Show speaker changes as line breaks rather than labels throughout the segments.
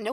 No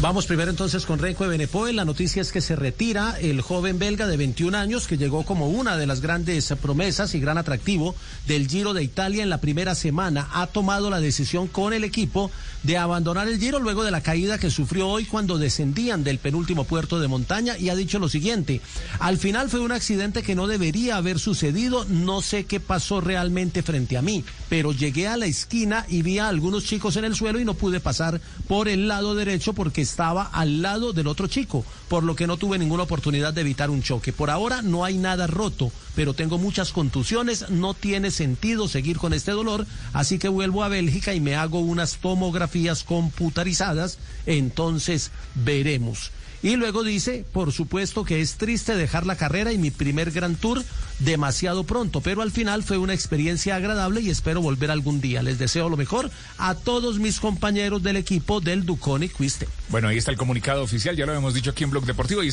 Vamos primero entonces con Renko Ebenepoel. La noticia es que se retira el joven belga de 21 años que llegó como una de las grandes promesas y gran atractivo del Giro de Italia en la primera semana. Ha tomado la decisión con el equipo de abandonar el Giro luego de la caída que sufrió hoy cuando descendían del penúltimo puerto de montaña y ha dicho lo siguiente. Al final fue un accidente que no debería haber sucedido. No sé qué pasó realmente frente a mí, pero llegué a la esquina y vi a algunos chicos en el suelo y no pude pasar por el lado derecho porque estaba al lado del otro chico, por lo que no tuve ninguna oportunidad de evitar un choque. Por ahora no hay nada roto, pero tengo muchas contusiones, no tiene sentido seguir con este dolor, así que vuelvo a Bélgica y me hago unas tomografías computarizadas, entonces veremos. Y luego dice, por supuesto que es triste dejar la carrera y mi primer Gran Tour demasiado pronto, pero al final fue una experiencia agradable y espero volver algún día. Les deseo lo mejor a todos mis compañeros del equipo del Duconi Quiste.
Bueno, ahí está el comunicado oficial, ya lo hemos dicho aquí en Blog Deportivo. Y...